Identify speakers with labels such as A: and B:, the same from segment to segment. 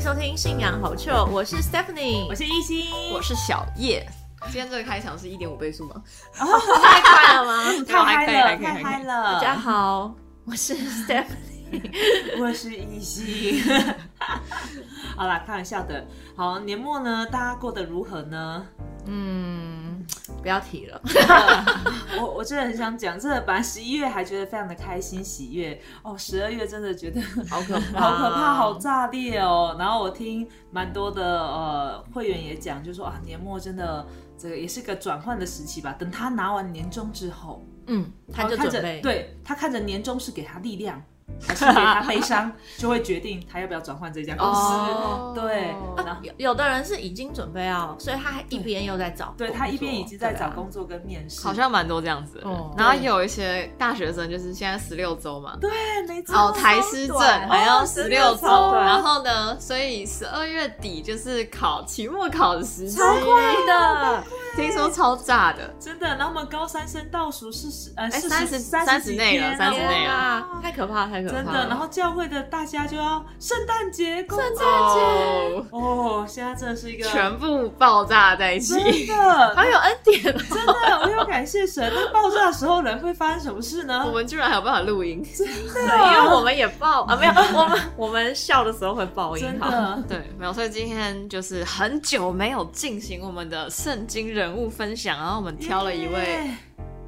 A: 收听《信仰好糗》，我是 Stephanie，
B: 我是一心，
C: 我是小叶。今天这个开场是一点五倍速吗？
A: 哦太快了吗？
B: 太嗨
C: 还
B: 了，
C: 可以还可
B: 太
C: 以
B: 嗨
A: 大家
B: 了！
A: 好，我是 Stephanie。
B: 我是一心。 好啦，开玩笑的。好，年末呢，大家过得如何呢？
A: 嗯，不要提了，
B: 我我真的很想讲，真的，本来十一月还觉得非常的开心喜悦，哦，十二月真的觉得
A: 好可怕，
B: 好可怕，好炸裂哦。然后我听蛮多的呃会员也讲，就说啊，年末真的这个也是个转换的时期吧。等他拿完年终之后，
A: 嗯，他就
B: 哦看
A: 准
B: 着
A: 备，
B: 对他看着年终是给他力量，还是给他悲 伤，就会决定他要不要转换这家公司。
A: 哦
B: 对，然后
A: 有有的人是已经准备要，所以他还一边又在找，
B: 对他一边已经在找
A: 作。
B: 工作跟面试，
C: 好像蛮多这样子的
A: 哦
C: 然后也有一些大学生，就是现在十六周嘛，
B: 对，没错。
C: 哦，台师证还要十六周，
B: 哦
C: 然后呢，所以十二月底就是考期末考的时期，
B: 超快
A: 啊
B: 的，
C: 听说超炸的，
B: 真的。然后我们高三生倒数四十，呃，
C: 哎
B: 四
C: 30
B: 三
C: 30内了30
A: 天
C: 内了
A: 啊，太可怕，太可怕了！
B: 真的。然后教会的大家就要圣诞节工作，
C: 哦，
B: 哦，现在真的是一个
C: 全部爆炸在一
B: 真
C: 起，
B: 的，
A: 好有恩典哦，
B: 真的，我要感谢神。那爆炸的时候人会发生什么事呢？
C: 我们居然还有办法录音，
B: 真的，
A: 因为我们也爆啊，没有，我们我们笑的时候会爆音，
B: 真
A: 好，
B: 的。
C: 对，没有，所以今天就是很久没有进行我们的圣经人物分享，然后我们挑了一位
B: 耶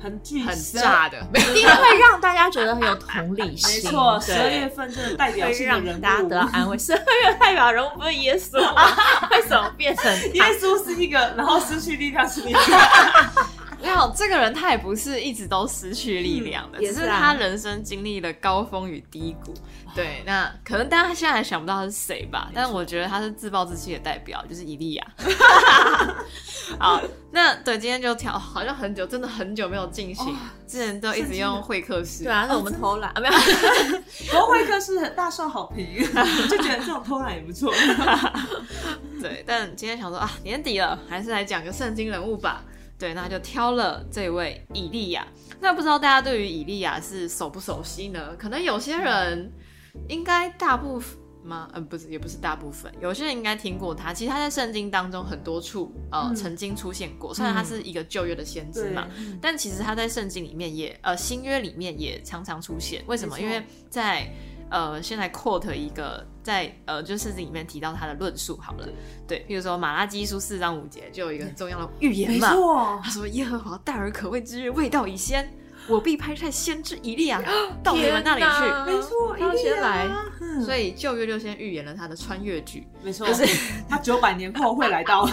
B: 很巨
C: 很
B: 色
C: 炸的，没有
A: 一定会让大家觉得很有同理
B: 没
A: 心，
B: 错，十
A: 对
B: 二月份真的代表
A: 会
B: 性的
A: 让
B: 人物，
A: 大家得到安慰。十二月代表人物不是耶稣吗？为什么变成
B: 耶
A: 他？
B: 稣是一个，然后失去力量是另一个，
C: 没有，这个人他也不是一直都失去力量的，
A: 嗯也
C: 只
A: 是啊哦
C: 是他人生经历了高峰与低谷。对，那可能大家现在还想不到他是谁吧，但我觉得他是自暴自弃的代表，就是以利 亚。好，那对，今天就挑，好像很久，真的很久没有进行，
B: 哦
C: 之前都一直用会客室。
A: 对啊，那我们偷懒啊，没有，
B: 国会课是很大受好评，就觉得这种偷懒也不错。
C: 对，但今天想说啊，年底了，还是来讲个圣经人物吧。对，那就挑了这位以利亚。那不知道大家对于以利亚是熟不熟悉呢？可能有些人应该大部分吗？嗯、不是，也不是大部分，有些人应该听过他。其实他在圣经当中很多处呃、
B: 嗯
C: 曾经出现过，虽然他是一个旧约的先知嘛，但其实他在圣经里面也，呃，新约里面也常常出现。为什么？
B: 没错
C: 因为在呃，现在 quote 一个在呃，就是里面提到他的论述好了。对，譬如说马拉基书四章五节就有一个很重要的预言
B: 没
C: 嘛，
B: 错，
C: 他说耶和华大而可畏之日未到以先，我必派派先知以利亚到你们那里去。
B: 没错，
A: 他要先来
B: 一定啊，嗯
C: 所以旧约就先预言了他的穿越剧。
B: 没错，他九百年后会来 到，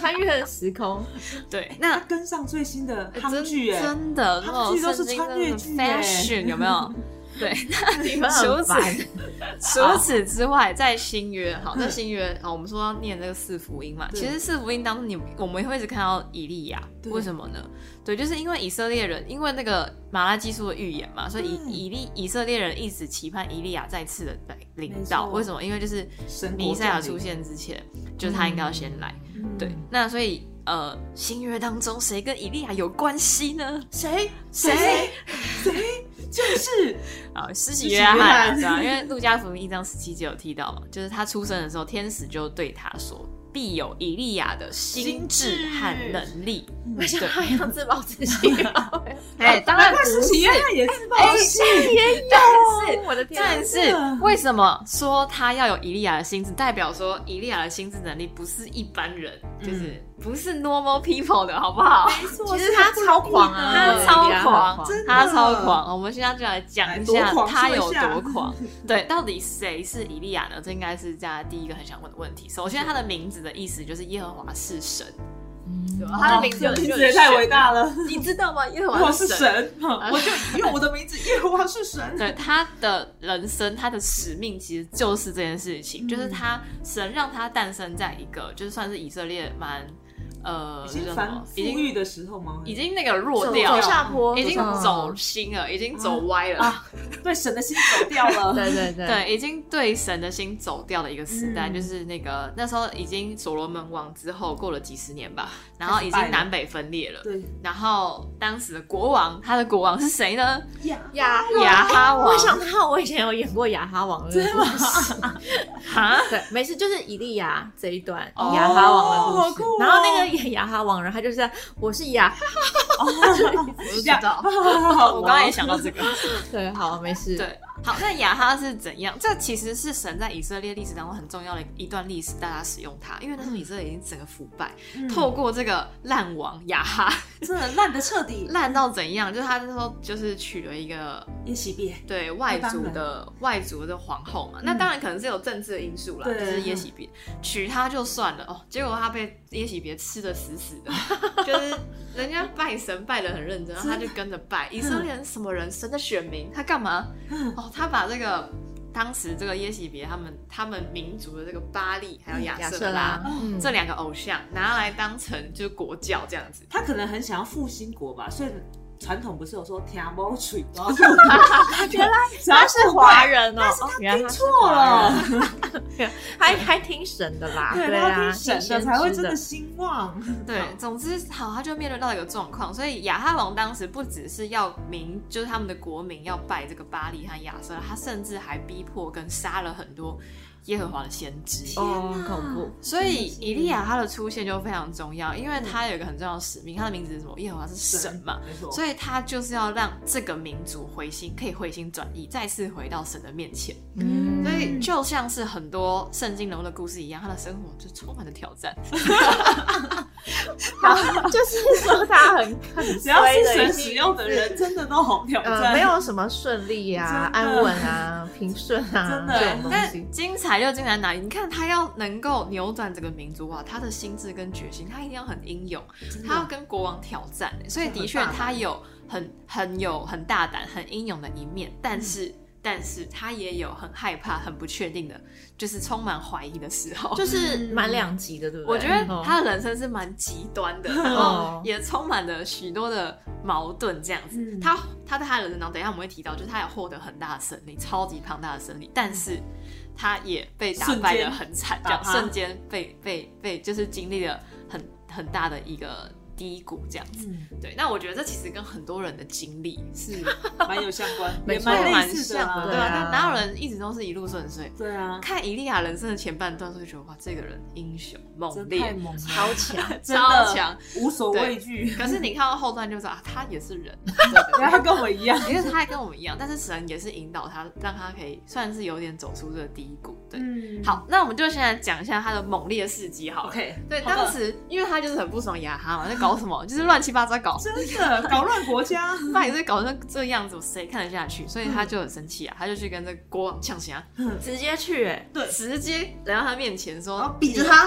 A: 穿越时空，
C: 对，那
B: 他跟上最新的
C: 真
B: 夯剧，哎，
C: 真的，那
B: 韩
C: 种
B: 剧都
C: 圣
B: 是
C: 经
B: 穿越剧
C: 真的
B: 耶
C: 很 fashion 有没有？对，
A: 你们
C: 除
A: 很
C: 此
A: 烦。
B: 哦
C: 除此之外，在新约，好，在新约，哦好，我们说要念这个四福音嘛。
B: 嗯对
C: 其实四福音当中你，我们会一直看到以利亚，
B: 对
C: 为什么呢？对，就是因为以色列人，因为那个马拉基书的预言嘛，所以
B: 对
C: 以以利以色列人一直期盼以利亚再次的来领导。
B: 没错
C: 为什么？因为就是
B: 神国
C: 弥赛亚
B: 降临
C: 出，现之前，就是他应该要先来。
B: 嗯
C: 对，那所以呃，新约当中谁跟以利亚有关系呢？
A: 谁？
C: 谁？
B: 就是
C: 啊，施
B: 施
C: 洗
B: 洗
C: 约翰
B: 约
C: 啊，
B: 翰
C: 对啊，因为路加福音一章十七节有提到嘛，就是他出生的时候，天使就对他说：“必有以利亚的心智嗯和能力。
A: 我想他要自暴自弃，
C: 哎，当然
B: 那
C: 不
B: 是
C: 是哎
B: 喜，悦也自暴自弃，
A: 也有，我的天啊，
C: 但是为什么说他要有以利亚的心智，代表说以利亚的心智能力不是一般人，就是不是 normal people 的好不好？
B: 没错
A: 其实他超狂啊，
C: 他超狂，
A: 真的
B: 真的
C: 他超狂。我们现在就来讲一下
B: 来多狂
C: 他有
B: 说一下
C: 多 狂。对，到底谁是以利亚呢？这应该是大家第一个很想问的问题。首先，他的名字的意思就是耶和华是神，
A: 嗯
C: 对吧？他的名字
B: 哦这
C: 就
B: 名字也太伟，大了，
C: 就你知道吗？耶和
B: 我
C: 华
B: 是
C: 神。啊
B: 神， 我就用我的名字，耶和华是神。
C: 对他的人生，他的使命其实
B: 嗯
C: 就是这件事情，就是他神让他诞生在一个就是算是以色列蛮呃，
B: 已
C: 这叫
B: 经
C: 什
B: 反
C: 么
B: 富
C: 已经
B: 裕的时候吗？
C: 已经那个弱
A: 走
C: 掉
A: 走
C: 了，
A: 下坡，
C: 已经
A: 走下
C: 走心了，已经走歪了。
B: 啊对神的心走掉
A: 坡
B: 了。
A: 对对对，
C: 对，已经对神的心走掉的一个时代，
B: 嗯
C: 就是那个那时候已经所罗门王之后过了几十年吧，然后
B: 开始
C: 已
B: 败
C: 经
B: 了
C: 南北分裂了。
B: 对
C: 然后当时的国王，他的国王是谁 呢？
B: 呀，
A: 雅
C: 雅哈王
A: 我想到我以前有演过雅哈王，真的吗？
C: 哈，
A: 对，没事，就是以利亚这一段
C: 哦
A: 雅哈王的故事
B: 好酷哦。
A: 然后那个演雅哈王人，他就是在我是雅，
C: 我不知 道。我
B: 我
C: 刚刚也想到这个。
A: 对，好，没事，
C: 对，好，那雅哈是怎样？这其实是神在以色列历史当中很重要的一段历史，大家使用它，因为那时候以色列已经整个腐败，透过这个烂王雅哈，
B: 嗯真的烂的彻底，
C: 烂到怎样？就是他那时候就是娶了一个
B: 耶喜别，
C: 对外
B: 当
C: 族
B: 然
C: 的外族的皇后嘛，
B: 嗯
C: 那当然可能是有政治的因素啦，
B: 对
C: 就是耶喜别娶她就算了哦，结果她被耶喜别吃的死死的，就是人家拜神拜的很认真，然后她就跟着拜。以色列人是什么人？神的选民，他干嘛？哦，他把这个当时这个耶喜别他们他们民族的这个巴利还有亚
A: 亚
C: 瑟
A: 瑟
C: 拉哦
A: 拉。嗯
C: 这两个偶像拿来当成就是国教这样子，
B: 他可能很想要复兴国吧，所以传统不是有说“天猫水”吗？
A: 原 来
B: 只要
A: 是华人哦，哦原来
B: 听
A: 他是
B: 错
A: 华人
B: 了，
A: 还还听神的啦，
B: 对，他
A: 啊，
B: 要听神
A: 先
B: 的
A: 知
B: 才会真的兴旺。
C: 对，总之好，他就面对到一个状况，所以亚哈龙当时不只是要民，就是他们的国民要拜这个巴利和亚瑟，他甚至还逼迫跟杀了很多耶和华的先知。
A: 哦，恐怖，
C: 所以以利亚他的出现就非常重要，因为他有一个很重要的使命，他的名字是什么？耶和华是神嘛，
B: 没错，
C: 所以他就是要让这个民族回心，可以回心转意，再次回到神的面前。
A: 嗯，
C: 所以就像是很多圣经人物的故事一样，他的生活就充满了挑战。
A: 就是说他很很
B: 只要
A: 衰
B: 是
A: 的
B: 神
A: 一
B: 使
A: 些
B: 用的人，真的都好挑
A: 呃，
B: 战。
A: 没有什么顺利啊、
B: 真的
A: 安稳啊、平顺啊
B: 真的
A: 这种东西
C: 但。精彩就精彩在哪里？你看他要能够扭转整个民族啊，他的心智跟决心，他一定要很英勇，
B: 真的
C: 他要跟国王挑战、欸所以的确
B: 这啊很大胆
C: 他有很很有很大胆、很英勇的一面，但是、但是他也有很害怕、很不确定的，就是充满怀疑的时候。
A: 就是蛮两极的，对不对？
C: 我觉得
A: 嗯
C: 他的人生是蛮极端的，然后也充满了许多的矛盾这样子。
B: 嗯
C: 他他在他的人生当中，等一下我们会提到，就是他有获得很大的胜利，超级庞大的胜利，但是他也被打败的很惨，这样瞬
B: 瞬
C: 间被被被就是经历了很很大的一个低谷这样子。
B: 嗯
C: 对，那我觉得这其实跟很多人的经历 是
B: 蛮有相关，
A: 没
B: 也
A: 错
B: 蛮
C: 蛮
B: 类似的
C: 像
B: 啊，
C: 的，
A: 对
C: 对啊，
A: 啊
C: 但哪有人一直都是一路顺遂？
B: 对啊，
C: 看伊利亚人生的前半段，都会觉得哇，这个人英雄猛
B: 真
C: 烈
B: 太，猛了，
A: 超 强，
B: 真的
C: 超强。
B: 无所畏惧。
C: 可是你看到后段就知道啊，他也是 人，
B: 然后他跟我一样，
C: 因为他也跟我们一样，但是神也是引导他，让他可以算是有点走出这个低谷。对，
B: 嗯，
C: 好，那我们就现在讲一下他的猛烈事迹好了。
B: ，OK，
C: 对，
B: 好的
C: 当时因为他就是很不爽雅哈嘛，在搞什么，就是乱七八糟 搞，
B: 真的搞乱国家，
C: 把你这搞成这样子，谁看得下去？所以他就很生气啊，他就去跟这个国王呛声啊，
A: 直接去，哎，
B: 嗯对
C: 欸直接来到他面前
B: 然后
C: 说
B: 比着他，：“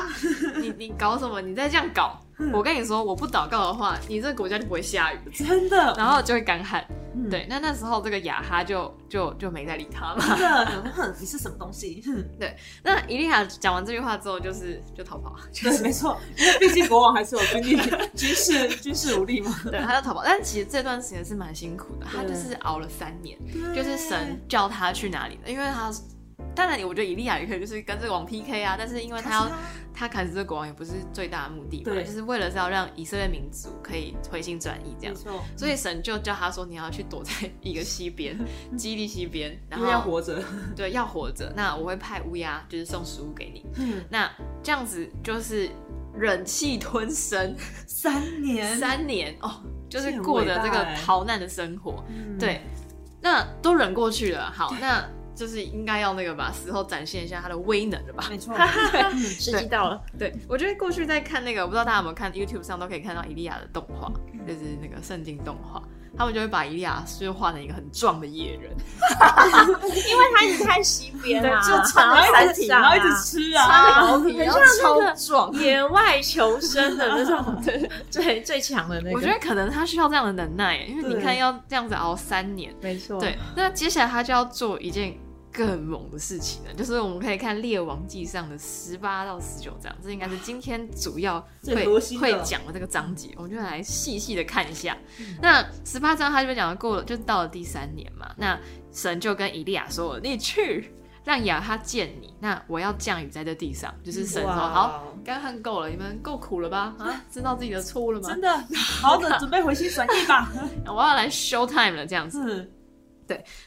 B: 嗯
C: 你你搞什么？你再这样搞，我跟你说，我不祷告的话，你这个国家就不会下雨，
B: 真的，
C: 然后就会干旱。”
B: 嗯，
C: 对，那那时候这个雅哈就就就没再理他嘛。
B: 真的，哼，你是什么东西？哼
C: 那伊利亚讲完这句话之后，就是就逃 跑，
B: 对，没错，因为毕竟国王还是有军力、军事、军事武力嘛，
C: 对，他就逃跑。但其实这段时间是蛮辛苦的，他
B: 对
C: 就是熬了三年，就是神叫他去哪里呢？因为他当然，我觉得以利亚也可以就是跟这个王 PK 啊，但是因为他要他砍死这个国王也不是最大的目的嘛，
B: 对
C: 就是为了是要让以色列民族可以回心转意这
B: 没
C: 样。
B: 错，
C: 所以神就叫他说：“你要去躲在一个西 边，基利西边，然
B: 因
C: 后
B: 为要活着，
C: 对，要活着。那我会派乌鸦，就是送食物给你。
B: 嗯，
C: 那这样子就是忍气吞声
B: 三年，
C: 三年哦，就是
B: 这很
C: 过
B: 伟
C: 的
B: 大
C: 这个
B: 欸
C: 逃难的生活。
B: 嗯
C: 对，，那都忍过去了。好，那就是应该要那个吧，死后展现一下他的威能了吧。
B: 没错，
A: 时机到了，
C: 对，我觉得过去在看那个，我不知道大家有没有看 YouTube 上都可以看到伊利亚的动画，
B: 嗯
C: 就是那个圣经动画，他们就会把伊利亚就是画成一个很壮的野人，
A: 因为他一直看西边啊，
B: 就然后一
A: 山
B: 直，
A: 上
B: 然后
A: 啊
B: 一直吃
C: 穿
B: 啊，
C: 毛皮，
A: 很
C: 然后
A: 像那个
C: 超壮。
A: 野外求生的那 种最最强的那个，
C: 我觉得可能他需要这样的能耐，因为你
B: 对
C: 看要这样子熬三年，
A: 没错，
C: 对，那接下来他就要做一件更猛的事情呢，就是我们可以看《列王纪》上的十八到十九章，这应该是今天主要
B: 最
C: 会
B: 核心的
C: 会讲的这个章节，我们就来细细的看一下。
B: 嗯
C: 那十八章他就讲过了，就到了第三年嘛，那神就跟以利亚说：“你去。”让亚哈见你，那我要降雨在这地上，就是神说
B: 哇
C: 好，干旱够了，你们够苦了吧？ 啊，知道自己的错误了吗？
B: 真的，好的，准备回心转意吧。
C: 我要来 show time 了，这样子。
B: 是，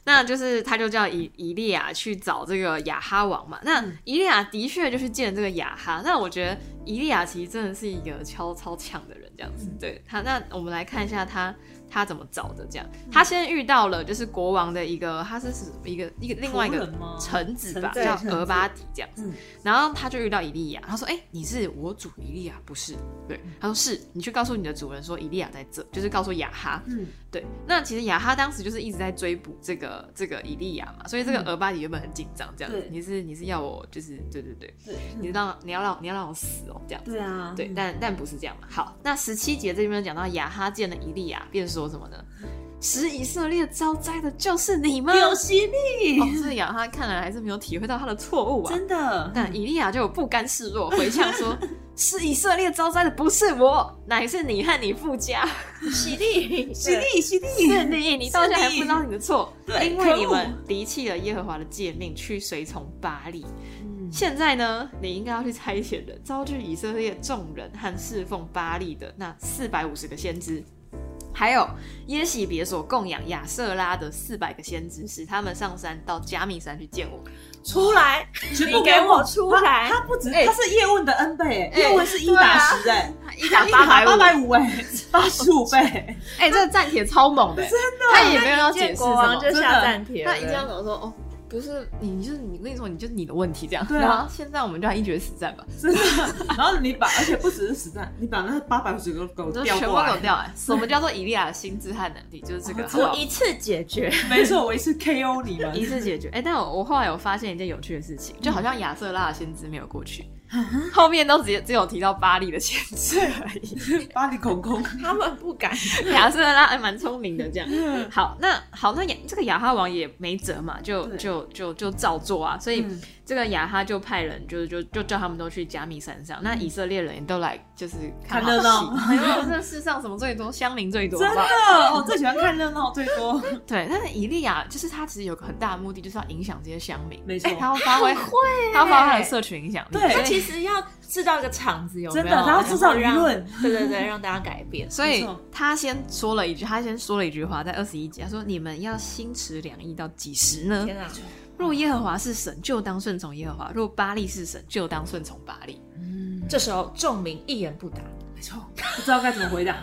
C: 那就是他就叫以以利亚去找这个亚哈王嘛。那
B: 嗯
C: 以利亚的确就去见这个亚哈。那我觉得以利亚其实真的是一个超超强的人，这样子。
B: 嗯
C: 对他，那我们来看一下他他怎么找的。这样，
B: 嗯
C: 他先遇到了就是国王的一个，他是什么一个一个另外一
B: 仆
C: 个
B: 人吗
C: 臣子吧，
B: 臣子
C: 叫
B: 臣子
C: 俄巴底这样子
B: 嗯。
C: 然后他就遇到以利亚，他说：“哎、你是我主以利亚，不是？”对，
B: 嗯
C: 他说：“是，你去告诉你的主人说以利亚在这，就是告诉亚哈。”
B: 嗯，
C: 对，那其实雅哈当时就是一直在追捕这个这个以利亚嘛，所以这个
B: 嗯
C: 俄巴里原本很紧张，这样子，
B: 对嗯
C: 你是你是要我就是对对对，
B: 对，
C: 你让你要让你要让我死哦，这样子。
B: 对啊，
C: 对，但但不是这样嘛。好，那十七节这边讲到雅哈见了以利亚，便说什么呢？
B: 嗯
C: 使以色列遭灾的就是你吗？
B: 有
C: 哦，
B: 犀利，
C: 这雅哈看来还是没有体会到他的错误啊。
B: 真的。
C: 但以利亚就有不甘示弱，回 呛说：“是以色列遭灾的不是我，乃是你和你父家。”
A: 犀利，
B: 犀利，犀利，
C: 是你，你到现在还不知道你的错，
B: 对
C: 因为你们离弃了耶和华的诫命，去随从巴利。
B: 嗯
C: 现在呢，你应该要去差遣人，招聚以色列众人和侍奉巴利的那四百五十个先知。还有耶喜别所供养亚瑟拉的四百个先知，使他们上山到加密山去见我。
A: 出来，
B: 全
A: 你给我出来
B: 他他不止，
C: 哎
B: 他是叶问的 N 倍，哎，
C: 哎
B: 叶问是一打十哎，
C: 一打
B: 八
C: 八百
B: 八
C: 五，
B: 百五哎，八十五倍，
C: 哎，这个站帖超猛的、真的，他也没有要解释什
A: 国
C: 么
A: 王，就下暂停，
C: 啊那一定要跟我说哦，不是你，就是你，跟你说你就是你的问题这样。
B: 对啊
C: 然后现在我们就要一决死战吧，
B: 真的。然后你把，而且不只是实战，你把那八百五十个狗
C: 就
B: 调
C: 全部
B: 过
C: 搞
B: 来，
C: 掉哎。什么叫做以利亚的心智和能力？就是这 个，
B: 哦
C: 好不
A: 我
C: 好？
A: 一次解决，
B: 没错，我一次 KO 你
C: 一
B: 们。
C: 次解决。哎、但我我后来有发现一件有趣的事情，就好像亚瑟拉的先知没有过去，
B: 啊
C: 后面都只只有提到巴利的先 知而已。
B: 巴黎恐攻，
A: 他们不敢，
C: 亚瑟拉还蛮聪明的，这样。
B: 嗯
C: 好，那好，那亚这个亚哈王也没辙嘛，就
B: 对
C: 就就就照做啊。所以
B: 嗯
C: 这个亚哈就派人就，就就叫他们都去加密山上。那以色列人也都来，就是
B: 嗯看热闹
C: 好 戏因为哎这世上什么最多，乡民最多，
B: 真
C: 好不好
B: 的，哦我最喜欢看热闹最多，
C: 对，但是以利亚就是他其实有个很大的目的，就是要影响这些乡民，
B: 没错
C: 哎他要发挥，他要发挥他的社群影响力。
B: 对
A: 他
C: 所以
A: 其实要制造一个场子，有没有？
B: 真的，然后制造舆
A: 然后让，
B: 论，
A: 对对对，让大家改变。
C: 所
B: 没
C: 以
B: 错
C: 他先说了一句，他先说了一句话，在二十一节，他说：“你们要心持两意到几时呢？
A: 天啊，
C: 若耶和华是神，就当顺从耶和华；若巴利是神，就当顺从巴利。
B: 嗯，
A: 这时候众民一言不答，
B: 没错，不知道该怎么回答。”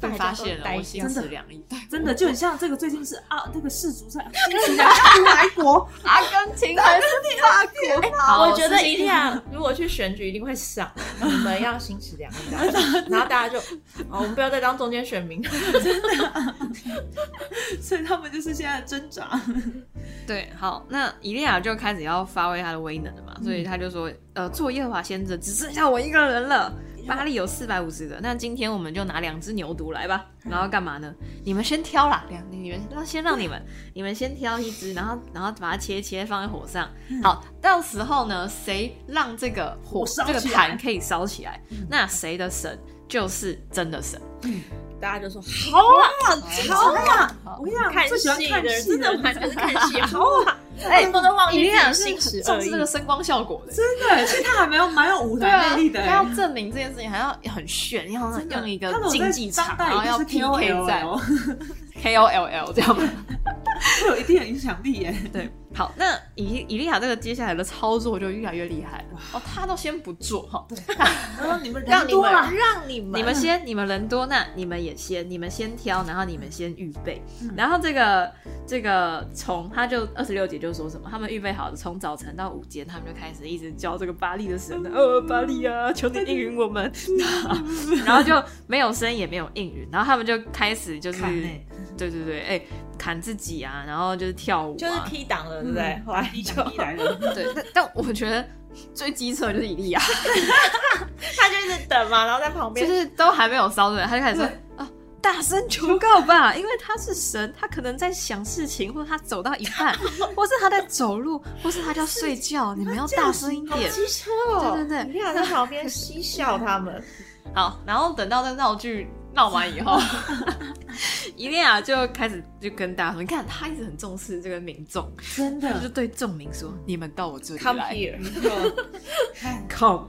C: 被发现了，我心
B: 真的
C: 持两意。
B: 真的就很像这个最近是啊，那个世足赛，新西兰出 来国，
C: 阿根廷还是啊法
A: 哎
C: 国？好
A: 我觉得一定要，如果去选举一定会上，你们要心持两意，然后大家就，哦，我们不要再当中间选民，
B: 所以他们就是现在的挣扎。
C: 对，好，那以利亚就开始要发挥他的威能了嘛，
B: 嗯
C: 所以他就说，呃，做耶和华先知的只剩下我一个人了。巴利有四百五十个，那今天我们就拿两只牛犊来吧。
B: 嗯
C: 然后干嘛呢？你们先挑啦，两你们那先让你们，你们先挑一只，然后然后把它切一切放在火上。好，到时候呢，谁让这个
B: 嗯
C: 火
B: 火烧
C: 这个
B: 起来嗯
C: 坛可以烧起来，那谁的神就是真的神。
A: 大家就说好啊，
B: 好啦，
C: 好
B: 我跟你讲，
A: 看
B: 最喜欢
A: 戏
B: 看
A: 的人
B: 戏
A: 真的
B: 的哦
A: 蛮就是看戏，好啊，
C: 哎
A: 他们都忘
C: 以利
A: 记
C: 亚
A: 自
C: 是
A: 己
C: 很
A: 心持
C: 重
A: 而
C: 视
A: 已
C: 这。个声光效果的，
B: 真的，其实他还蛮有蛮有舞
C: 对啊
B: 台魅力的、欸
C: 他要证明这件事情，还要很炫，要
B: 真的
C: 用一个
B: 他们有在
C: 竞技场，
B: 当代
C: 然后要
B: 也是
C: PK 战
B: KOL
C: KOLL 这样。
B: 他有一定的影响力耶。
C: 对，好，那以以利亚这个接下来的操作就越来越厉害了。哦，他都先不做哈，
B: 然后嗯你们
A: 让
B: 人
A: 你
B: 多了
A: 们，，啊让你们，
C: 你们先，你们人多，那你们也先，你们先挑，然后你们先预备。
B: 嗯
C: 然后这个这个从他就呃二十六节就说什么，他们预备好的，从早晨到午间，他们就开始一直教这个巴利的神，呃，巴利啊，求你应允我们。 然后就没有声音也没有应允，然后他们就开始就是，
B: 看欸
C: 对对对，哎、砍自己啊，然后就是跳舞、啊，
A: 就是踢档了，对不对？
B: 嗯
A: 后来
B: 一
A: 就
B: 来一来 的，
C: 对，但但我觉得最机车的就是以利亚，
A: 他就一直等嘛，然后在旁
C: 就
A: 边
C: 是都还没有烧对，他就开始说
B: 对
C: 啊，大声求告吧，因为他是神，他可能在想事情，或者他走到一半， 或是他在走路，或是他在睡觉，你们要大声一 点。
A: 机车哦，
C: 对对对
A: 你俩在旁边嬉笑他 们，
C: 好，然后等到这闹剧闹完以后， 伊利亚就开始就跟大家说，你看他一直很重视这个民众，
B: 真
C: 他 就
B: 的，
C: 对众民说，你们到我这
A: 嗯
C: 里
A: Come
C: 来
A: here，
B: 没错，哎
C: come。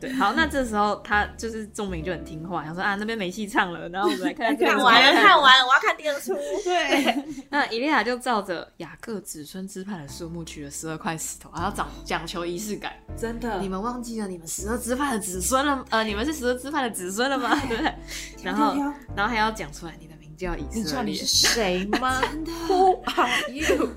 C: 对，好，那这时候他就是众民就很听话，想说啊那边没戏唱了，然后我们来看这边
A: 看
C: 怎么
A: 完
C: 样
A: 了，看完了，我要看第二出。
B: 对，
C: 那以利亚就照着雅各子孙支派的数目取了十二块石头，然后讲讲求仪式感。
B: 真的，
A: 嗯
C: 你们忘记了你们十二支派的子孙了？呃，你们是十二支派的子孙了吗？ 对不 对？然后，然后还要讲出来你的名叫以
A: 你知
C: 色
A: 道你
C: 列
A: 是。谁 吗？Who are you？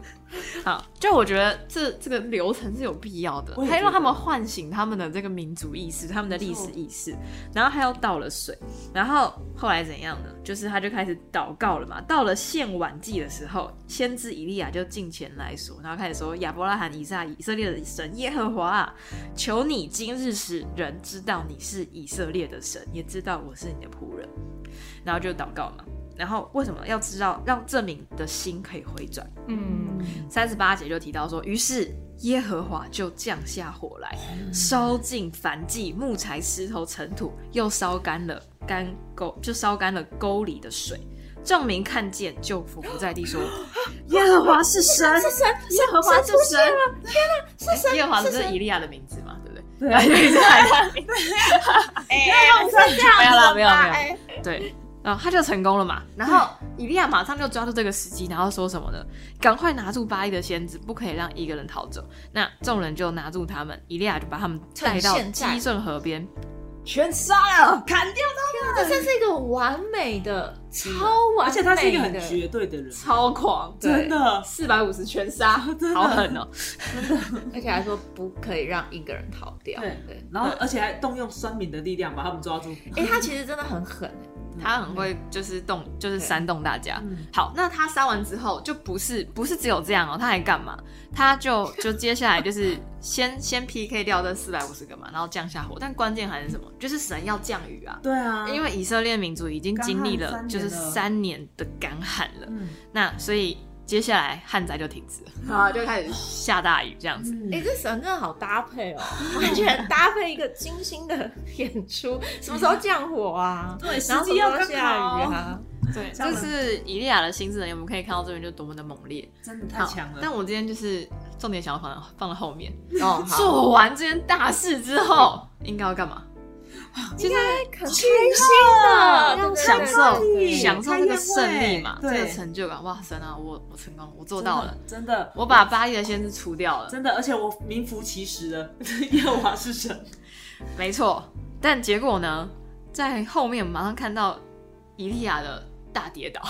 C: 好，就我觉得这这个流程是有必要的
B: 我，也觉得
C: 还让他们唤醒他们的这个民族意识、他们的历史意识，然后还要倒了水，然后后来怎样呢？就是他就开始祷告了嘛。到了献晚祭的时候，先知以利亚就近前来说，然后开始说：“亚伯拉罕、以撒、以色列的神耶和华啊，求你今日使人知道你是以色列的神，也知道我是你的仆人。”然后就祷告嘛。然后为什么要知道让证明的心可以回转？
A: 嗯，
C: 三十八节就提到说，于是耶和华就降下火来，烧尽凡迹、木材、石头、尘土，又烧干了干沟，就烧干了沟里的水。众民看见，就俯伏在 地说：“耶和华是神，是神，耶和华是神。”天哪，是神！耶和华是以利亚的名字嘛，对 不对？
B: 对
C: 啊，以利亚的名字
A: 哎，不是这样
C: 没有啦
A: 子
C: 没有没有
A: 吧哎
C: 对，然后他就成功了嘛。然后以利亚马上就抓住这个时机，然后说什么呢？赶快拿住巴黎的先知，不可以让一个人逃走。那众人就拿住他们，以利亚就把他们带到
A: 趁现在
C: 基顺河边。
B: 全杀了，砍掉，
A: 这真是一个完美的，超完美的，
B: 啊而且他是一个很绝对的人，
C: 超狂，
B: 真的，
C: 四百五十全杀，
B: 真的
C: 好狠哦！
A: 而且还说不可以让一个人逃掉。
B: 对
A: 对，
B: 然后而且还动用酸民的力量把他们抓住，
A: 哎，他其实真的很狠，
C: 他很会就是动，就是煽动大家
B: 嗯。
C: 好，那他杀完之后，就不是不是只有这样哦，他还干嘛？他就就接下来就是先先 PK 掉这四百五十个嘛，然后降下火。但关键还是什么？就是神要降雨啊。
B: 对啊，
C: 因为以色列民族已经经历
B: 干
C: 了
B: 旱
C: 就是三
B: 三
C: 年的干旱了，
B: 嗯
C: 那所以接下来旱灾就停止了，啊，就嗯开始下大雨这样
B: 嗯
C: 子。
A: 哎，这神真的好搭配哦，完全搭配一个精心的演出。什么时候降火啊？
B: 对，
A: 然后
B: 时
A: 什
B: 机要
A: 么时候
B: 刚
A: 下
B: 好
A: 雨，啊？
C: 对，
B: 这样
C: 这
B: 子
C: 是以利亚的新智能，我们可以看到这边就多么的猛烈，
B: 真的太强
C: 好
B: 了。
C: 但我今天就是重点想要放放到后面，
A: 哦，好，
C: 做完这件大事之后，应该要干嘛？其实
A: 开心的，
B: 啊
A: 对
C: 要
A: 对对
C: 享受
A: 对对对
C: 享受这个胜利嘛，这
B: 对
C: 个成就感，哇，神啊，我我成功了，我做到了，
B: 真的，
C: 我把巴黎的先知除掉了，
B: 真的，而且我名副其实的 耶和华是神，
C: 没错，但结果呢，在后面马上看到伊利亚的大跌倒，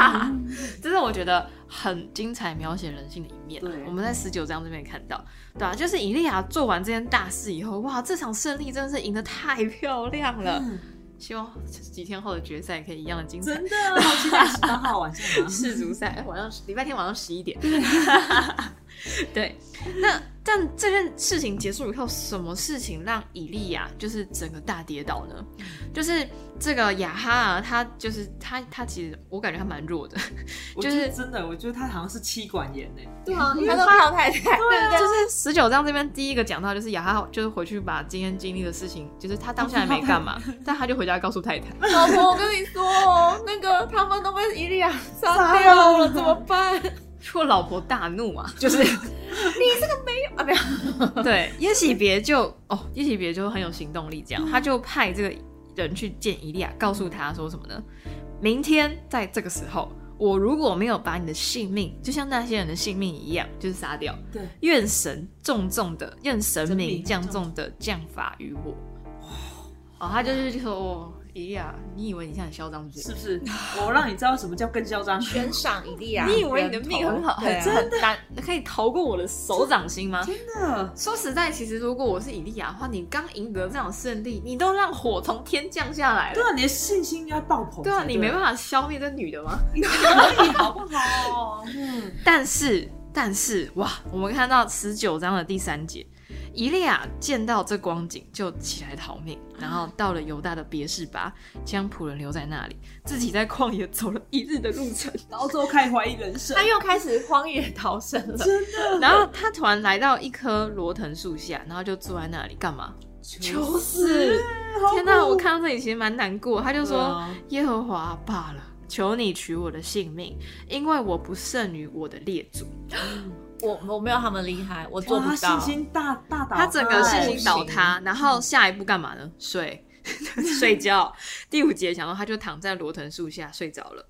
C: 这是我觉得很精彩描写人性的一面啊
B: 对。
C: 我们在十九章这边看到，对啊，就是伊利亚做完这件大事以后，哇，这场胜利真的是赢得太漂 亮了。
B: 嗯
C: 希望几天后的决赛可以一样的精彩。！
B: 真的，好期待十八号晚上啊
C: 世足赛，晚上礼拜天晚上十一点。 对，那但这件事情结束以后，什么事情让以利亚就是整个大跌倒呢？就是这个雅哈啊，他就是他，他其实我感觉他蛮弱的，
B: 我
C: 就
B: 觉
C: 是
B: 得真的，我觉得他好像是妻管严呢。
A: 对啊，他都靠太太，对不
C: 就
A: 对？
C: 是十九章这边第一个讲到，就是雅哈就是回去把今天经历的事情，就是他当下也没干 嘛，但他就回家告诉太太。
A: 老婆，我跟你说哦，那个他们都被伊利亚杀掉了，怎么办？
C: 说老婆大怒啊，就是你这个没有啊， 没有。对，耶喜别就哦，耶喜别就很有行动力，这样他就派这个人去见伊利亚，告诉他说什么呢？明天在这个时候，我如果没有把你的性命，就像那些人的性命一样，就是杀掉，
B: 对，
C: 愿神重重的，愿神
B: 神
C: 明
B: 明
C: 降
B: 重
C: 重的降法于我。哦，他就是就说，哦，伊利亚，你以为你现在很嚣张是 不是？
B: 是不是？我让你知道什么叫更嚣张。
A: 悬赏伊利亚，
C: 你以为你的命很好，
A: 对啊
C: 很很难可以逃过我的手掌心吗？
B: 真的，
C: 说实在，其实如果我是以利亚的话，你刚赢得这场胜利，你都让火从天降下来
B: 对
C: 了。
B: 啊，你的信心应该爆棚才。
C: 对啊，你没办法消灭这女的 吗？
B: 法，可以好不 好？嗯，
C: 但是，但是，哇，我们看到十九章的第三节，以利亚见到这光景就起来逃命，然后到了犹大的别是巴，将仆人留在那里，自己在旷野走了一日的路 程。
B: 然后之后开始怀疑人生
A: 他又开始荒野逃生 了。
C: 然后他突然来到一棵罗藤树下，然后就坐在那里干嘛？
B: 求
C: 死！天哪，
B: 哪，
C: 我看到这里其实蛮难过。他就
B: 对
C: 说
B: 啊：“
C: 耶和华罢了，求你取我的性命，因为我不胜于我的列祖。
A: 我我没有他们厉害，我做
B: 哇，
A: 不
B: 他
A: 到
B: 信。心大大倒，欸
C: 他整个信心倒塌，然后下一步干嘛呢？睡， 睡觉。第五节讲到他就躺在罗藤树下睡着了。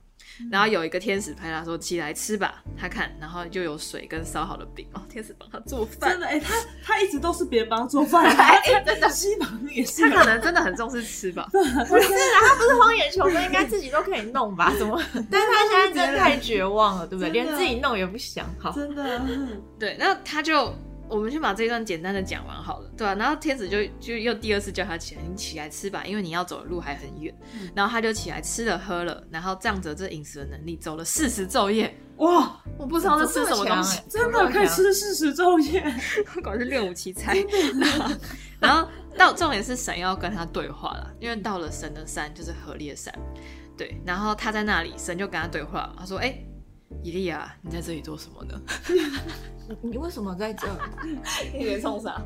C: 然后有一个天使拍他说：“起来吃吧。”他看，然后就有水跟烧好的饼哦。天使帮他做饭
B: 真，的哎、他他一直都是别人帮他做 饭，他真的西蒙也是
C: 哎他，可能真的很重视吃吧。
A: 不是啊，他不是荒野求生，应该自己都可以弄吧？怎 么？但是他现在真的太绝望了，对不对？
B: 真
A: 连
B: 的
A: 自己弄也不想好。
B: 真的嗯
C: 对，那他就我们先把这一段简单的讲完好了，对啊，然后天使就就又第二次叫他起来，你起来吃吧，因为你要走的路还很远。
B: 嗯
C: 然后他就起来吃了喝了，然后仗着这饮食的能力走了四十昼夜。
B: 哇，
C: 我不知道在吃什么东西，
B: 真的可以吃四十昼 夜，
C: 果然是练武奇才。 然后到重点是神要跟他对话了，因为到了神的山就是何烈山，对，然后他在那里，神就跟他对话，他说：“哎、以利亚，你在这里做什么呢？
A: 你为什么在这？
C: 你在冲啥？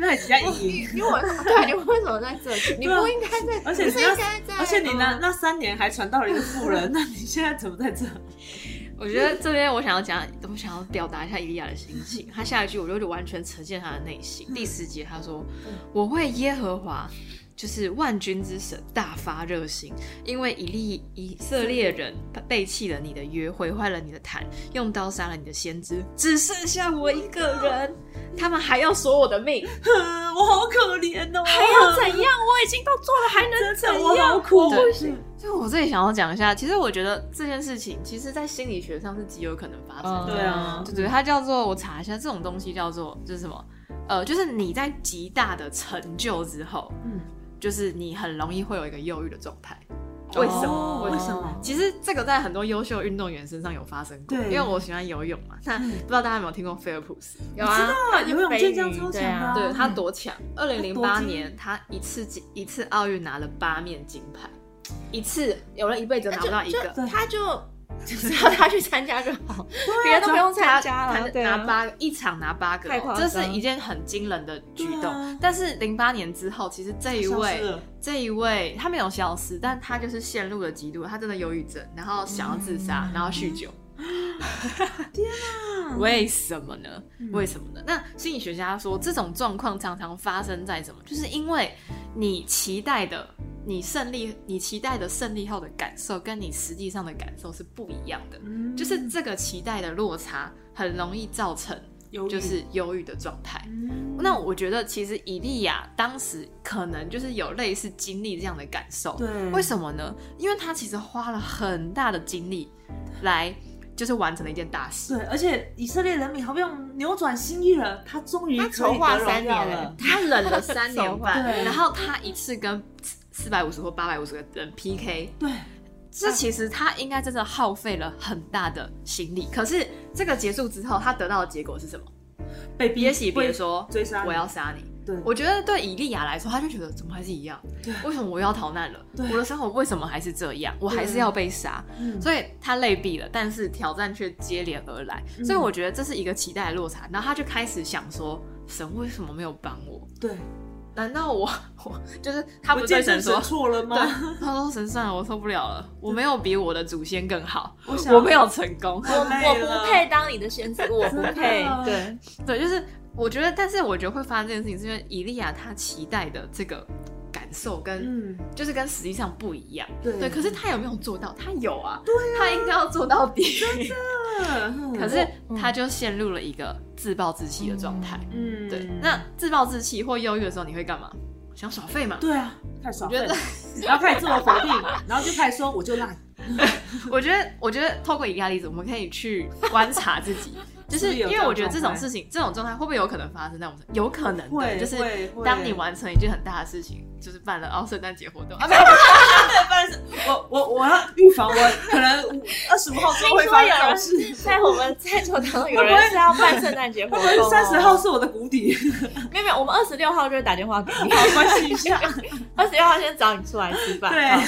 B: 那人家 赢。
A: 因为我对，啊你为什么在这？你不应该在，
B: 而且
A: 啊你不
B: 你要
A: 应该在，
B: 而且你那
A: 嗯
B: 那三年还传到了一个富 人，那你现在怎么在这？
C: 我觉得这边我想要讲，我想要表达一下伊利亚的心情。他下一句，我就完全呈现他的内心。第十节他说：“我为耶和华，就是万军之神，大发热心，因为以利以色列人背弃了你的约，毁坏了你的坛，用刀杀了你的先知，只剩下我一个人，他们还要索我的命，
B: 哼我好可怜哦，
C: 还要怎样？我已经都做了，还能怎
B: 我
C: 样？
B: 好苦，
C: 对所 以我这里想要讲一下，其实我觉得这件事情，其实在心理学上是极有可能发生的。
A: 嗯
B: 对啊
C: 对对，它叫做我查一下，这种东西叫做就是什么？呃，就是你在极大的成就之后，
B: 嗯
C: 就是你很容易会有一个忧郁的状态。为什么？
B: 哦
A: 为
B: 为
A: 什
B: 什
A: 么
B: 么？
C: 其实这个在很多优秀运动员身上有发生过，
B: 对
C: 因为我喜欢游泳嘛。那
B: 嗯
C: 不知道大家有没有听过菲尔普斯？
A: 有啊，他
B: 游泳
A: 飞
B: 健将
A: 鱼
B: 超
A: 对
B: 强的
A: 啊
B: 啊，
C: 对他多强！二零零八
B: 金
C: 年他一次金一次奥运拿了八面金牌，一次有人一辈子拿不到一
A: 就
C: 个。
A: 就他就。只要他去参加就好，
B: 啊
A: 别的都不用参加
C: 他
A: 了。对啊
C: 拿八个一场拿八个
A: 太夸
C: 哦，
A: 张
C: 这是一件很惊人的举
B: 对
C: 动
B: 啊。
C: 但是零八年之后，其实这一
B: 消失
C: 位
B: 了
C: 这一位他没有消失，但他就是陷入了极度，他真的忧郁症，然后想要自杀，
A: 嗯
C: 然后酗酒。天啊！ 为什么呢？为什么呢？那心理学家说，这种状况常常发生在什么？就是因为你期待的、你胜利、你期待的胜利后的感受，跟你实际上的感受是不一样的。
B: 嗯
C: 就是这个期待的落差，很容易造成
B: 忧郁
C: 就是忧郁的状态。
B: 嗯
C: 那我觉得其实以利亚当时可能就是有类似经历这样的感受，
B: 对
C: 为什么呢？因为他其实花了很大的精力来就是完成了一件大事，
B: 对，而且以色列人民好不容易扭转新一了，他终于
A: 他
B: 可以
A: 筹划
B: 得荣
A: 三
B: 耀
A: 年
B: 了，
C: 他忍了 三年半，
B: 对
C: 然后他一次跟四百五十或八百五十个人 PK，
B: 对，
C: 这
B: 啊
C: 其实他应该真的耗费了很大的心力。可是这个结束之后，他得到的结果是什么？
B: 被逼
C: 也许别说
B: 追杀你
C: 我要杀你。
B: 对，
C: 我觉得对以利亚来说，他就觉得怎么还是一样
B: 对，
C: 为什么我要逃难了？
B: 对
C: 我的生活为什么还是这样？我还是要被杀，
B: 嗯
C: 所以他累毙了，但是挑战却接连而来，
B: 嗯
C: 所以我觉得这是一个期待的落差。然后他就开始想说，神为什么没有帮我？
B: 对，
C: 难道我 我就是他不
B: 我
C: 是
B: 见
C: 对
B: 证
C: 神
B: 神
C: 说？
B: 错了
C: 对
B: 吗？，
C: 他说神算了，我受不了了，我没有比我的祖先更好，
B: 我想
C: 我没有成功。
A: 我
B: 累
A: 我
B: 了
A: 不配当你的先知，我不配
B: 真。的
A: 对，
C: 对，就是我觉得，但是我觉得会发生这件事情，是因为以利亚他期待的这个感受跟
B: 嗯，
C: 就是跟实际上不一样。
B: 对
C: 可是他有没有做到？他有啊，嗯对他应该要做到底。
B: 嗯
C: 可是他就陷入了一个自暴自弃的状态。
B: 嗯，
C: 对，那自暴自弃或忧郁的时候，你会干嘛？想耍废嘛？
B: 对啊，太少
C: 我觉
B: 了
C: 得，
B: 然后开始自我否定，然后就开始说我就烂，
C: 我觉得，我觉得透过以利亚例子，我们可以去观察自己。就是因为我觉得这种事
B: 情，
C: 情、这种状态会不会有可能发生在我们身上？有可能的，
B: 会
C: 就是
B: 会会
C: 当你完成一件很大的事情，就是办了哦圣诞节活动啊，
B: 我我我要预防，我可能二十五号之后会发生这种事。
A: 在我们在座当中有人是要办圣诞节活
B: 会不
A: 动、哦，
B: 会三十号是我的谷底？
A: 没有没有，我们二十六号就会打电话给你，
B: 关系一下，
A: 二十六号先找你出来吃饭。好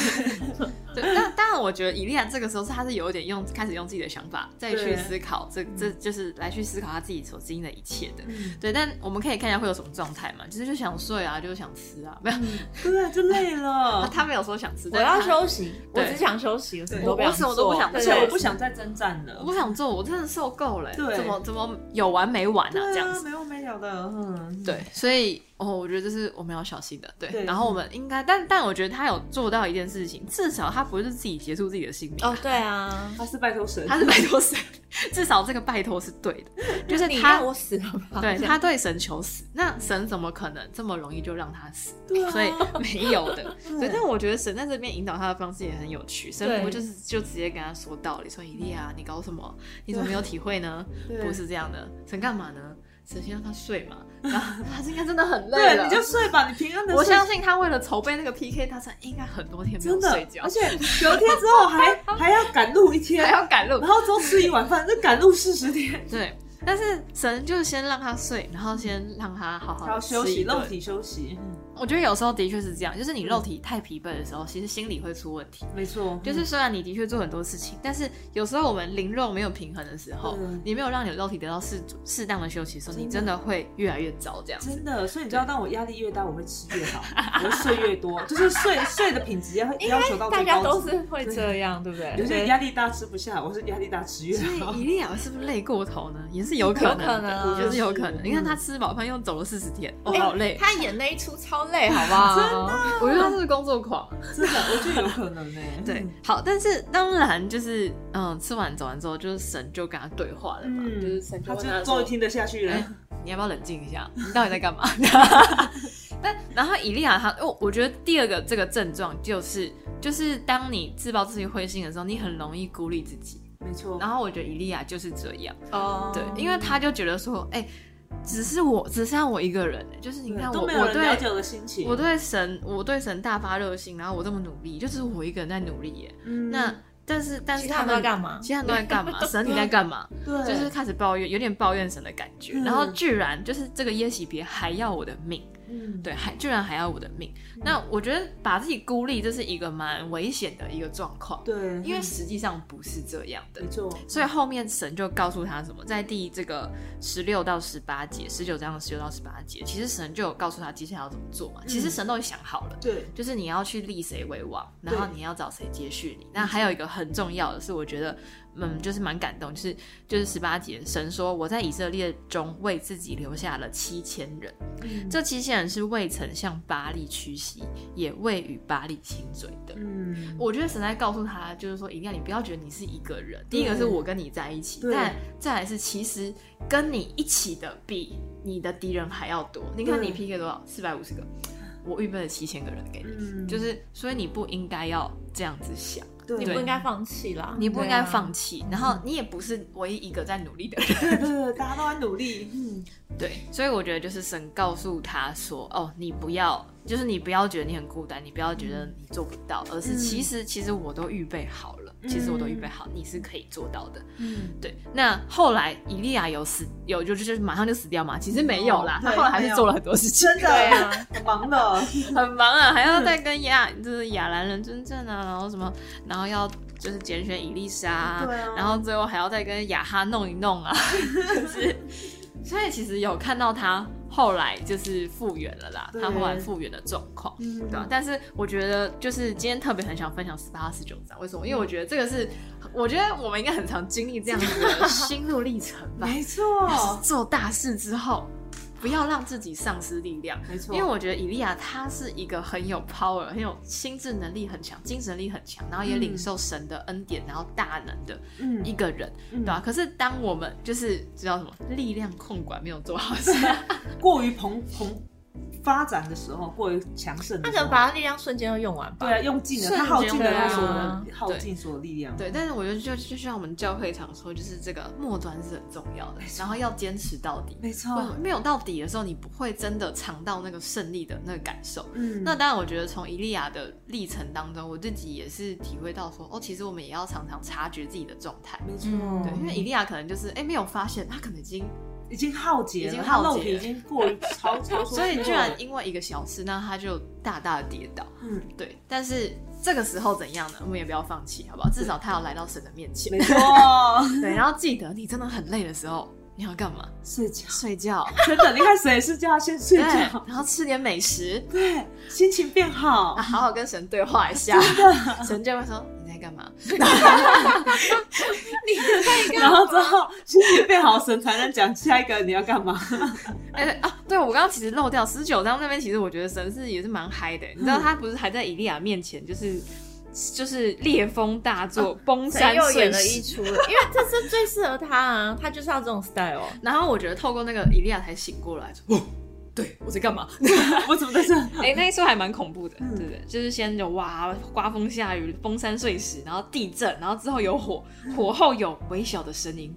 B: 对，
C: 对，但当然，我觉得伊利亚这个时候是他是有一点用开始用自己的想法再去
B: 对
C: 思考，这这就是来去思考他自己所经历的一切的。
B: 嗯
C: 对，但我们可以看一下会有什么状态嘛，就是就想睡啊，就是想吃啊，没有，
B: 嗯对，就累了
C: 他。他没有说想吃，
A: 我
C: 但
A: 要
C: 他，
A: 休息，我
C: 对
A: 只想休息，我什么
B: 我
A: 都不想
C: 我什么都不
A: 做
C: 想
B: 而
A: 对
B: 且我
A: 对
B: 不想再征战了
C: 我。不想做，我真的受够了欸，
B: 对
C: 怎么怎么有完没完啊，
B: 对
C: 这样
B: 啊，
C: 子。
B: 没完没了的，嗯，
C: 对，所以哦，我觉得这是我们要小心的，对。
B: 对
C: 然后我们应该，但但我觉得他有做到一件事情，至少他不是自己结束自己的性命，
A: 哦，对啊，
B: 他是拜托神，
C: 他是拜托神， 至少这个拜托是对的，就是
A: 你
C: 他
A: 让我死了吧。
C: 对他对神求死，那神怎么可能这么容易就让他死？
B: 对啊
C: 所以没有 的。
B: 对
C: 所以，但我觉得神在这边引导他的方式也很有趣。神不
A: 对
C: 就是就直接跟他说道理，说以利亚，你搞什么？你怎么没有体会呢？
B: 对
C: 不是这样的，神干嘛呢？神先让他睡嘛，然后 他应该真的很累
B: 对，
C: 了。
B: 你就睡吧，你平安的。
C: 我相信他为了筹备那个 PK，他才应该很多天没
B: 真
C: 有
B: 的
C: 睡，觉
B: 而，且隔天之后 还还要赶路一天
C: 还，要赶路
B: 然。后之后吃一碗饭，就赶路四十天，
C: 对，但是神就先让他睡，然后先让他好好
B: 还要
C: 地
B: 休
C: 吃
B: 息，
C: 一顿
B: 肉体休息，嗯
C: 我觉得有时候的确是这样，就是你肉体太疲惫的时候，其实心理会出问题。
B: 没错，
C: 就是虽然你的确做很多事情，但是有时候我们灵肉没有平衡的时候
B: 嗯，
C: 你没有让你的肉体得到适适当的休息的时候，
B: 真的
C: 你真的会越来越糟这样子。
B: 真的，所以你知道，当我压力越大，我会吃越好， 我会睡越多，就是睡睡的品质要要求到
A: 大
B: 最
A: 家
B: 高
A: 都
B: 值。
A: 是会这样，对不对？
B: 有些人压力大吃不下，我是压力大吃越
C: 所
B: 好
C: 以。伊利亚是不是累过头呢？也是有可能的，
A: 有可能啊
C: 我觉得是有可能。
B: 是
C: 你看他吃饱饭又走了四十天，哦，
A: 哎
C: 好累。
A: 他演那一出超累，好不 好？
C: 我觉得他是不是工作狂。 嗯
B: 真的，我觉得有可能呢、
C: 对，好，但是当然就是，嗯，吃完走完之后，就是神就跟他对话了嘛，
B: 嗯，
C: 就是神就
B: 他
C: 问他
B: 就
C: 说
B: 终于听得下去了。
C: 哎你要不要冷静一下？ 你到底在干嘛？但然后以利亚他，哦，我觉得第二个这个症状就是，就是当你自暴自弃、灰心的时候，你很容易孤立自己。
B: 没错，
C: 然后我觉得以利亚就是这样，
A: 哦
C: 对，因为他就觉得说，哎、只是我，只剩下我一个人，就是你看我，
B: 都没有
C: 我
B: 人了
C: 对
B: 解我的心情。
C: 我对神，我对神大发热心，然后我这么努力，就只是我一个人在努力耶。
B: 嗯
C: 那但是但是
A: 其他人都在干嘛？
C: 其他人都在干嘛？神你在干嘛？
B: 对
C: 就是开始抱怨，有点抱怨神的感觉。
B: 嗯
C: 然后居然就是这个耶喜别还要我的命，
B: 嗯，
C: 对，还居然还要我的命。那我觉得把自己孤立，这是一个蛮危险的一个状况，
B: 对，
C: 因为
B: 嗯
C: 实际上不是这样的
B: 没。错，
C: 所以后面神就告诉他什么，在第这个十六到十八节，十九章十六到十八节，其实神就有告诉他接下来要怎么做嘛。
B: 嗯
C: 其实神都已经想好了。
B: 对
C: 就是你要去立谁为王，然后
B: 对
C: 你要找谁接续你。那还有一个很重要的是，我觉得，嗯，就是蛮感动，就是就是十八节，神说我在以色列中为自己留下了七千人，
B: 嗯
C: 这七千人是未曾向巴利屈膝，也未与巴利亲嘴的。
B: 嗯，
C: 我觉得神在告诉他，就是说，一定要你不要觉得你是一个人。第
B: 对
C: 一个是我跟你在一起，
B: 对
C: 但再来是其实跟你一起的比你的敌人还要多。你看
B: 对
C: 你 PK 多少？四百五十个，我预备了七千个人给你。
B: 嗯
C: 就是，所以你不应该要这样子想，
B: 对
A: 你不应该放弃啦，啊
C: 你不应该放
A: 弃。
B: 啊
C: 弃，然后你也不是唯一一个在努力 的人，
B: 对对对，大家都在努力，嗯，
C: 对，所以我觉得就是神告诉他说，哦，你不要，就是你不要觉得你很孤单，你不要觉得你做不到，而是
B: 嗯
C: 其实其实我都预备好了，其实我都预备好，你是可以做到的，
B: 嗯，
C: 对。那后来以利亚有死，有就就是马上就死掉嘛，其实没有啦
B: 哦，
C: 他
B: 对
C: 后来还
B: 没
C: 是
B: 有
C: 做了很多事情，
B: 真的
A: 对啊，
B: 忙了，
C: 很忙啊，还要再
B: 嗯
C: 跟亚就是亚兰人真正啊，然后什么，然后要就是拣选以丽莎、啊
B: 对啊
C: 然后最后还要再跟雅哈弄一弄啊， 就是，所以其实有看到他后来就是复原了啦，
B: 对
C: 他后来复原的状况。
B: 嗯
C: 对啊吧、但是我觉得就是今天特别很想分享十八、十九章，为什么？因为我觉得这个是，我觉得我们应该很常经历这样子的心路历程 吧。
B: 没错，
C: 做大事之后，不要让自己丧失力量，
B: 没错，
C: 因为我觉得以利亚他是一个很有 power、很有心智能力很强、精神力很强，然后也
B: 嗯
C: 领受神的恩典，然后大能的
B: 嗯
C: 一个人，
B: 嗯
C: 对啊吧、可是 当我们就是知道什么力量控管没有做好时，
B: 过于膨膨发展的时候过于强盛
A: 他可
B: 的时
A: 能
B: 候，
A: 把他力量瞬间就用完吧。
B: 对啊，用尽了
C: 瞬
B: 他
C: 间
B: 耗尽了
C: 对
B: 他
C: 啊
B: 所有的耗
C: 对
B: 尽所有力量。
C: 对，但是我觉得就就像我们教会常说，就是这个末端是很重要的，然后要坚持到底。
B: 没
C: 为
B: 错
C: 什么，没有到底的时候，你不会真的尝到那个胜利的那个感受。
B: 嗯，
C: 那当然，我觉得从伊利亚的历程当中，我自己也是体会到说，哦，其实我们也要常常察觉自己的状态。
B: 没错，
A: 嗯
C: 对，因为伊利亚可能就是哎、没有发现，他可能已经，
B: 已经耗竭了，
C: 已经耗竭
B: 肉体已经过于超超出，
C: 所以居然因为一个小事，那他就大大的跌倒。
B: 嗯，
C: 对，但是这个时候怎样呢？我们也不要放弃，好不好？至少他要来到神的面前。
B: 没错，
C: 对，然后记得你真的很累的时候，你要干嘛？
B: 睡觉
C: 睡觉。
B: 真的，你看谁是叫他先睡
C: 对，
B: 觉，
C: 然后吃点美食，
B: 对，心情变好
C: 啊，，好好跟神对话 一下。神就会说你在干嘛？
B: 然后之后心情变好，神才能讲下一个你要干嘛。
C: 哎、啊，对我刚刚其实漏掉十九章那边，其实我觉得神是也是蛮嗨的。你
A: 嗯
C: 知道他不是还在以利亚面前就是。就是烈风大作，崩
A: 啊谁
C: 山
A: 又
C: 碎
A: 演了一
C: 石。
A: 出了，因为这是最适合他啊，他就是要这种 style。哦
C: 然后我觉得透过那个以利亚才醒过来，说：“哦，对我在干嘛？”
B: 我怎么在这？
C: 哎、那一出还蛮恐怖的，
B: 嗯
C: 对不对？就是先有哇，刮风下雨，崩山碎石，然后地震，然后之后有火，
A: 嗯
C: 火后有微小的声音，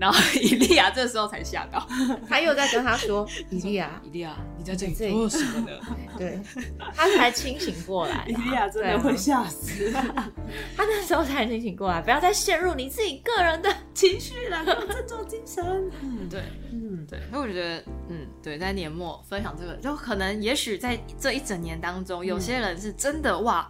C: 然后 以利亚这时候才吓到。
A: 他又在跟他说：“以利亚，
C: 以利亚，你在这里
A: 你在这里
C: 做什么呢？
A: 对，他才清醒过来
B: 伊
A: 啦。
B: 利亚哎真
A: 对
B: 的
A: 啊
B: 会吓 死，
A: 他那时候才清醒过来，不要再陷入你自己个人的。
B: 情绪啦，给我振作精神。嗯
C: 对
B: 嗯，
C: 对，所以我觉得，嗯，对，在年末分享这个，就可能也许在这一整年当中，有些
B: 嗯
C: 人是真的哇，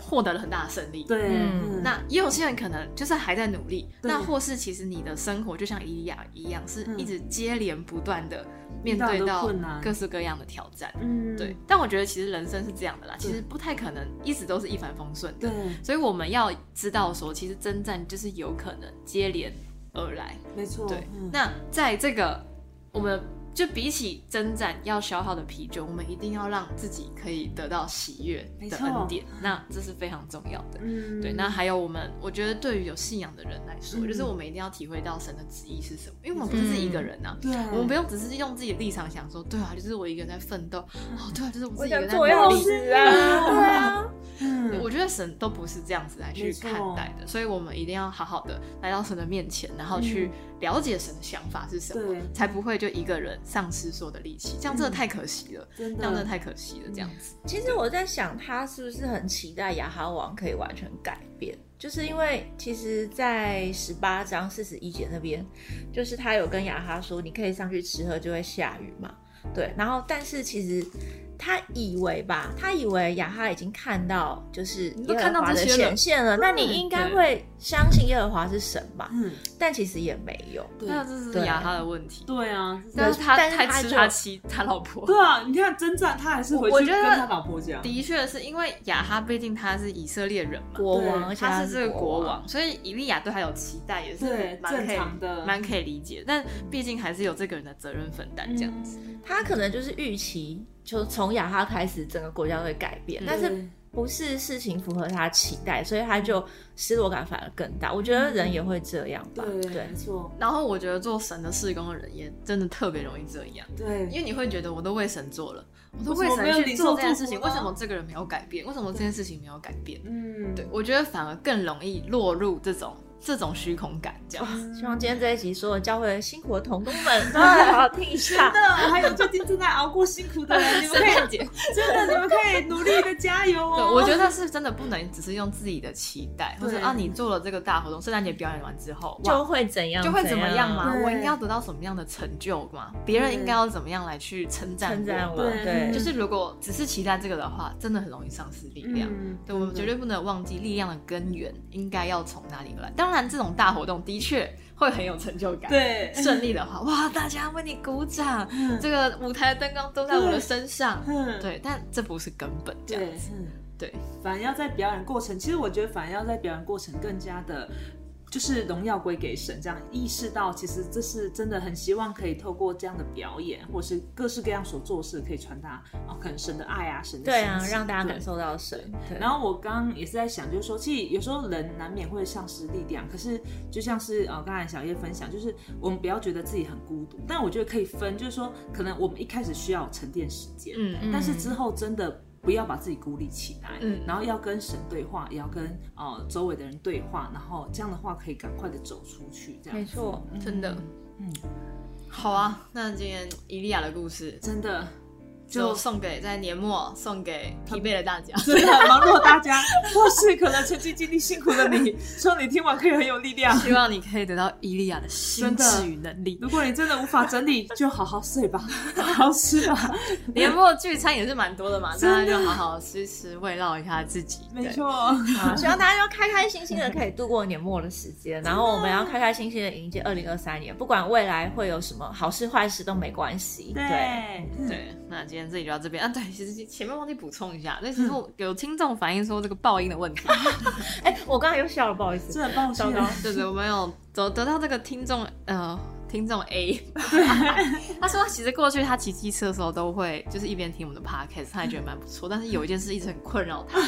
C: 获得了很大的胜利。
B: 对，
A: 嗯
C: 那也有些人可能就是还在努力，
B: 对
C: 那或是其实你的生活就像伊利亚一样，是
B: 嗯
C: 一直接连不断的面
B: 遇到
C: 对
B: 的
C: 到
B: 困难
C: 各式各样的挑战。
B: 嗯
C: 对，但我觉得其实人生是这样的啦，
B: 对
C: 其实不太可能一直都是一帆风顺的
B: 对，，
C: 所以我们要知道说，其实征战就是有可能接连而来。
B: 没错。
C: 对，
B: 嗯
C: 那在这个我们就比起征战要消耗的疲倦，我们一定要让自己可以得到喜悦
B: 没
C: 的
B: 错
C: 恩典，那这是非常重要的。
B: 嗯
C: 对，那还有我们，我觉得对于有信仰的人来说，
B: 嗯
C: 就是我们一定要体会到神的旨意是什么，因为我们不是自己一个人啊。
B: 对，
C: 我们不用只是用自己的立场想说，对啊，就是我一个人在奋 斗，哦，对啊，就是我自己一个人在
A: 我想
C: 努
A: 做
C: 力
A: 药。师啊对啊，
B: 嗯，
C: 我觉得神都不是这样子来去看待的，所以我们一定要好好的来到神的面前，然后
B: 嗯
C: 去了解神的想法是什么，
B: 对
C: 才不会就一个人丧失所有的力气，这样真的太可惜了，
B: 真
C: 这样真的
B: 的，
C: 太可惜了，这样子。
A: 其实我在想，他是不是很期待雅哈王可以完全改变？就是因为其实，在十八章四十一节那边，就是他有跟雅哈说，你可以上去吃喝，就会下雨嘛。对，然后但是其实他以为吧，他以为雅哈已经看到就是
C: 你
A: 耶
C: 都看
A: 和
C: 到
A: 华的
C: 这些了
A: 显现了，那你应该会相信耶和华是神吧？
B: 嗯，
A: 但其实也没有。
B: 对
C: 那这是
A: 嗯对
C: 雅哈的问题，
B: 对啊，
C: 但是他
A: 但是
C: 太
A: 他
C: 吃
A: 就
C: 他妻他老婆。
B: 对啊，你看征战，他还是回
C: 我
B: 去
C: 觉得
B: 跟他老婆讲，
C: 的确是因为雅哈，毕竟他是以色列人嘛，
A: 国王，
B: 对
A: 而且
C: 他是这个
A: 国
C: 国王，所以以利亚对他有期待，也
B: 对
C: 是蛮可
B: 正
C: 以
B: 常的
C: 蛮可以理解。但毕竟还是有这个人的责任分担这样子。
B: 嗯
A: 他可能就是预期，就从雅哈开始，整个国家会改变，
C: 嗯
A: 但是不是事情符合他期待，所以他就失落感反而更大。我觉得人也会这样吧，
B: 嗯对
A: 对
B: 没。错，
C: 然后我觉得做神的事工的人也真的特别容易这样，
B: 对
C: 因，为你会觉得我都为神做了，我都
B: 为
C: 为
B: 什么没有
C: 神去
B: 领
C: 做
B: 受
C: 这件
B: 祝
C: 事情，
B: 福
C: 为
B: 呢
C: 什么这个人没有改变？为什么这件事情没有改变？
B: 嗯，
C: 对，我觉得反而更容易落入这种这种虚空感，这样 子。
B: 嗯
A: 希望今天这一集所有教会辛苦的童工们，都要好好听一下
B: 真。的，我还有最近正在熬过辛 苦的人，你们
C: 圣
B: 可以
C: 诞节，
B: 真的，你们可以努力的加油
C: 对，
B: 哦。
C: 我觉得是真的不能只是用自己的期待，或
B: 对
C: 者啊，你做了这个大活动，圣诞节表演完之后，
A: 就
C: 哇，
A: 会怎样？
C: 就会怎么样嘛？
B: 对
C: 我应该要得到什么样的成就嘛？别人
B: 对
C: 应该要怎么样来去称赞
A: 称赞
C: 我
A: 我，
C: 嘛？
B: 对
A: 对，
C: 嗯就是如果只是期待这个的话，真的很容易丧失力量。
B: 嗯，
C: 对，我们绝对不能忘记力量的根源应该要从哪里而来。当然，这种大活动的确会很有成就感。，
B: 对，
C: 顺利的话，哇，大家为你鼓掌，
B: 嗯
C: 这个舞台的灯光都在我的身 上。
B: 嗯，
C: 对，但这不是根本，这样
B: 对
C: 子。，
B: 嗯
C: 对，
B: 反而要在表演过程，其实我觉得反而要在表演过程更加的就是荣耀归给神，这样意识到其实这是真的很希望可以透过这样的表演，或是各式各样所做事，可以传达啊，可能神的爱啊，神的
A: 对啊
B: 心，情
A: 让大家
B: 对
A: 感受到神。对，
B: 然后我刚刚也是在想，就是说，其实有时候人难免会丧失力量，可是就像是呃刚才小叶分享，就是我们不要觉得自己很孤独，但我觉得可以分，就是说，可能我们一开始需要沉淀时间，
C: 嗯嗯
B: 但是之后真的。不要把自己孤立起来，
C: 嗯
B: 然后要跟神对话，也要跟呃周围的人对话，然后这样的话可以赶快的走出去，这样
A: 没错，
B: 嗯
C: 真的
B: 嗯，
C: 好啊，那今天伊利亚的故事
B: 真的
C: 就
B: 就
C: 送给在年末送给疲惫的大家。
B: 真的忙碌的大家，或是可能曾经经历辛苦的你，希望你听完可以很有力量。
C: 希望你可以得到伊利亚的心智与能力。
B: 如果你真的无法整理，就好好睡吧，好好吃吧，
C: 年末聚餐也是蛮多的嘛，
B: 真
C: 大家
B: 的
C: 就好好吃吃，慰劳一下自己。
B: 没
C: 对，
B: 错，
A: 好希望大家都开开心心的可以度过年末的时间，然后我们要开开心心的迎接二零二三年，不管未来会有什么好事坏事都没关系。对，
B: 对，
C: 对，那今天这里就到这边啊。对，其实前面忘记补充一下，那时候有听众反映说这个爆音的问题，
A: 哎，我刚才又笑了，不好意思
B: 这。很抱歉
A: 糟，糕
C: 对对，我们有得得到这个听众呃听众 A，他说其实过去他骑机车的时候都会就是一边听我们的 podcast，他也觉得蛮不错，但是有一件事一直很困扰他，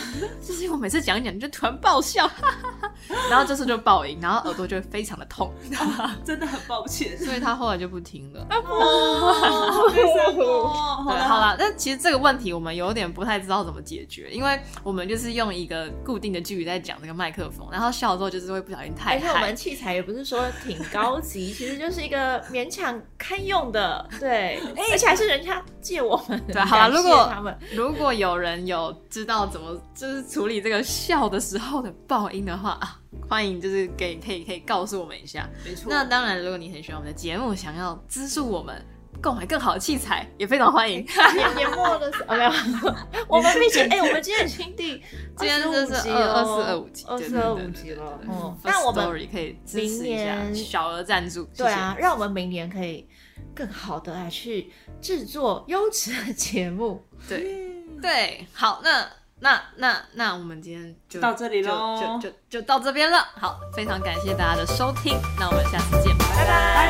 C: 就是因为我每次讲一讲就突然爆笑，哈哈哈然后这次就爆音，然后耳朵就会非常的痛，
B: 真的很抱歉。
C: 所以他后来就不听了。
A: 啊
B: 哦，好悲伤哦
C: 对，
B: 好
C: 好
B: 了，
C: 啦，但其实这个问题我们有点不太知道怎么解决，因为我们就是用一个固定的距离在讲这个麦克风，然后笑的时候就是会不小心太
A: 而且我
C: 嗨
A: 们。器材也不是说挺高级， 其实就是一个勉强堪用的，对，而且还是人家借我们的，
C: 哎对啊好啦
A: 感谢
C: 如果
A: 他 们
C: 如果有人有知道怎么就是处理这个笑的时候的爆音的话啊，欢迎就是给可以可以告诉我们一下。
B: 没错
C: 那当然，如果你很喜欢我们的节目，想要资助我们购买更好的器材，也非常欢迎。
A: 年年末的时候，哦没有， 我们毕竟哎，我们今天已经第
C: 今天这是
A: 25
C: 二二四二五集，
A: 哦二
C: 对
A: 四二五集了，嗯，那我们
C: First Story 可以支持一
A: 明
C: 下，
A: 年
C: 小额赞助，谢谢
A: 对啊，让我们明年可以更好的来去制作优质的节目。
C: 对
B: 嗯
C: 对，好，那那那那我们今天就
B: 到这里
C: 就
B: 喽
C: 就就就到这边了。好，非常感谢大家的收听，那我们下次见，拜拜。
B: 拜拜。